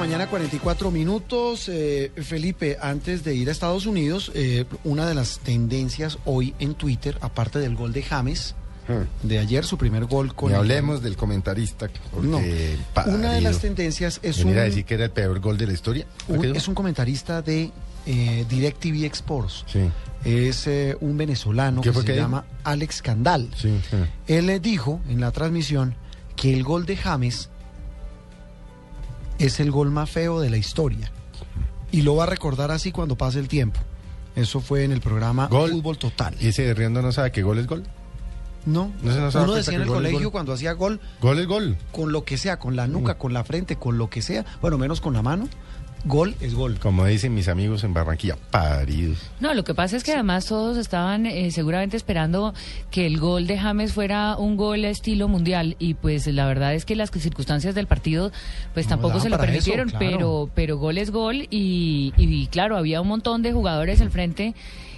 Mañana 44 minutos. Eh, Felipe, antes de ir a Estados Unidos, eh, una de las tendencias hoy en Twitter, aparte del gol de James, de ayer, su primer gol con... Hmm. Ni hablemos del comentarista. porque, No. Una de parido. las tendencias es un, ¿Venir a decir que era el peor gol de la historia? un- ¿Aquello? es un comentarista de eh, DirecTV Exports. Sí. Es eh, un venezolano ¿Qué que fue se que dijo? llama Alex Candal. Sí, hmm. sí. Él le dijo en la transmisión que el gol de James es el gol más feo de la historia. Y lo va a recordar así cuando pase el tiempo. Eso fue en el programa Gol. Fútbol Total. ¿Y ese de Riendo no sabe que gol es gol? No, No se nos da uno cuenta decía que en el gol es colegio gol. Mm. cuando hacía gol, Gol es gol. con lo que sea, con la nuca, con la frente, con lo que sea, bueno, menos con la mano, gol es gol. Como dicen mis amigos en Barranquilla, paridos. No, lo que pasa es que además todos estaban eh, seguramente esperando que el gol de James fuera un gol estilo mundial y pues la verdad es que las circunstancias del partido pues No tampoco daban se lo para eso, permitieron, claro. pero pero gol es gol y, y claro, había un montón de jugadores al frente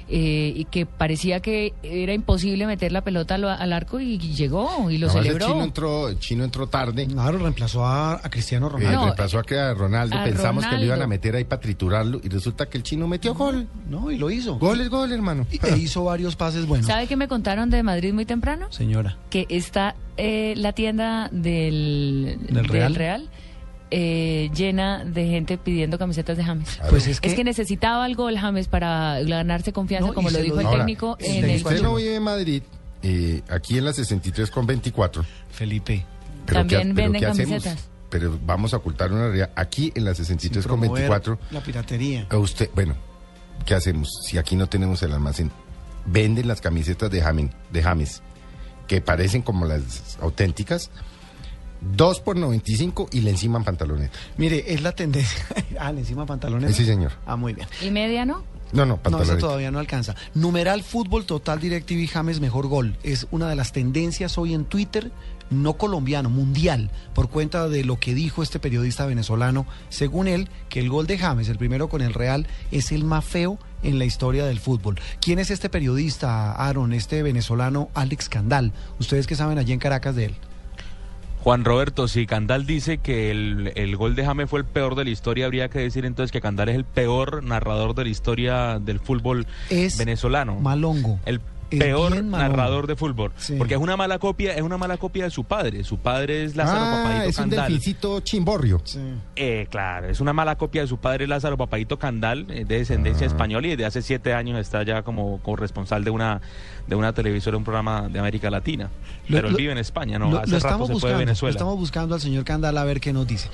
eh, y que parecía que era imposible meter la pelota al, al arco y llegó y lo Además, El chino celebró. entró, el chino entró tarde. Claro, reemplazó a, a Cristiano Eh, Ronaldo. No, reemplazó a que a Ronaldo. a Pensamos que lo iban a Ronaldo. meter ahí para triturarlo. Y resulta que el chino metió gol. No, y lo hizo. Gol es gol, hermano. Y- E hizo varios pases buenos. ¿Sabe qué me contaron de Madrid muy temprano? Señora. que está eh, la tienda del, ¿Del Real? eh, llena de gente pidiendo camisetas de James. Pues es que, Es que necesitaba el gol James para ganarse confianza, No, y como se lo lo dijo el dijo. Ahora, técnico se en lo si el dijo usted ayer. no vive en Madrid, eh, aquí en la 63 con 24, Felipe, pero ¿qué ha- pero También venden ¿qué hacemos? camisetas. Pero vamos a ocultar una realidad. Aquí en la 63 con promover 24, la piratería. a usted, bueno, ¿qué hacemos? Si aquí no tenemos el almacén, venden las camisetas de James, de James que parecen como las auténticas, 2 por 95 y le enciman pantalones. Mire, es la tendencia. ah, le encima pantalones. Sí, señor. Ah, muy bien. y media, ¿no? No, no, No, pantalones. esa todavía no alcanza. Numeral Fútbol Total DirecTV James Mejor Gol. Es una de las tendencias hoy en Twitter, no colombiano, mundial, por cuenta de lo que dijo este periodista venezolano, según él, que el gol de James, el primero con el Real, es el más feo en la historia del fútbol. ¿Quién es este periodista, Aaron, este venezolano Alex Candal? ¿Ustedes qué saben allí en Caracas de él? Juan Roberto, si Candal dice que el, el gol de James fue el peor de la historia, habría que decir entonces que Candal es el peor narrador de la historia del fútbol Es venezolano. Malongo. El Es peor bien malongo. narrador de fútbol. Sí. Porque es una mala copia, es una mala copia de su padre. Su padre es Lázaro ah, Papadito es un Candal. delficito chimborrio. Eh, claro, es una mala copia de su padre Lázaro Papadito Candal, eh, de Ah. descendencia española y desde hace siete años está ya como corresponsal de una de una televisora, un programa de América Latina. Lo- Pero él lo- vive en España, ¿no? lo- hace lo rato estamos se fue de buscando, lo Venezuela. estamos buscando al señor Candal a ver qué nos dice.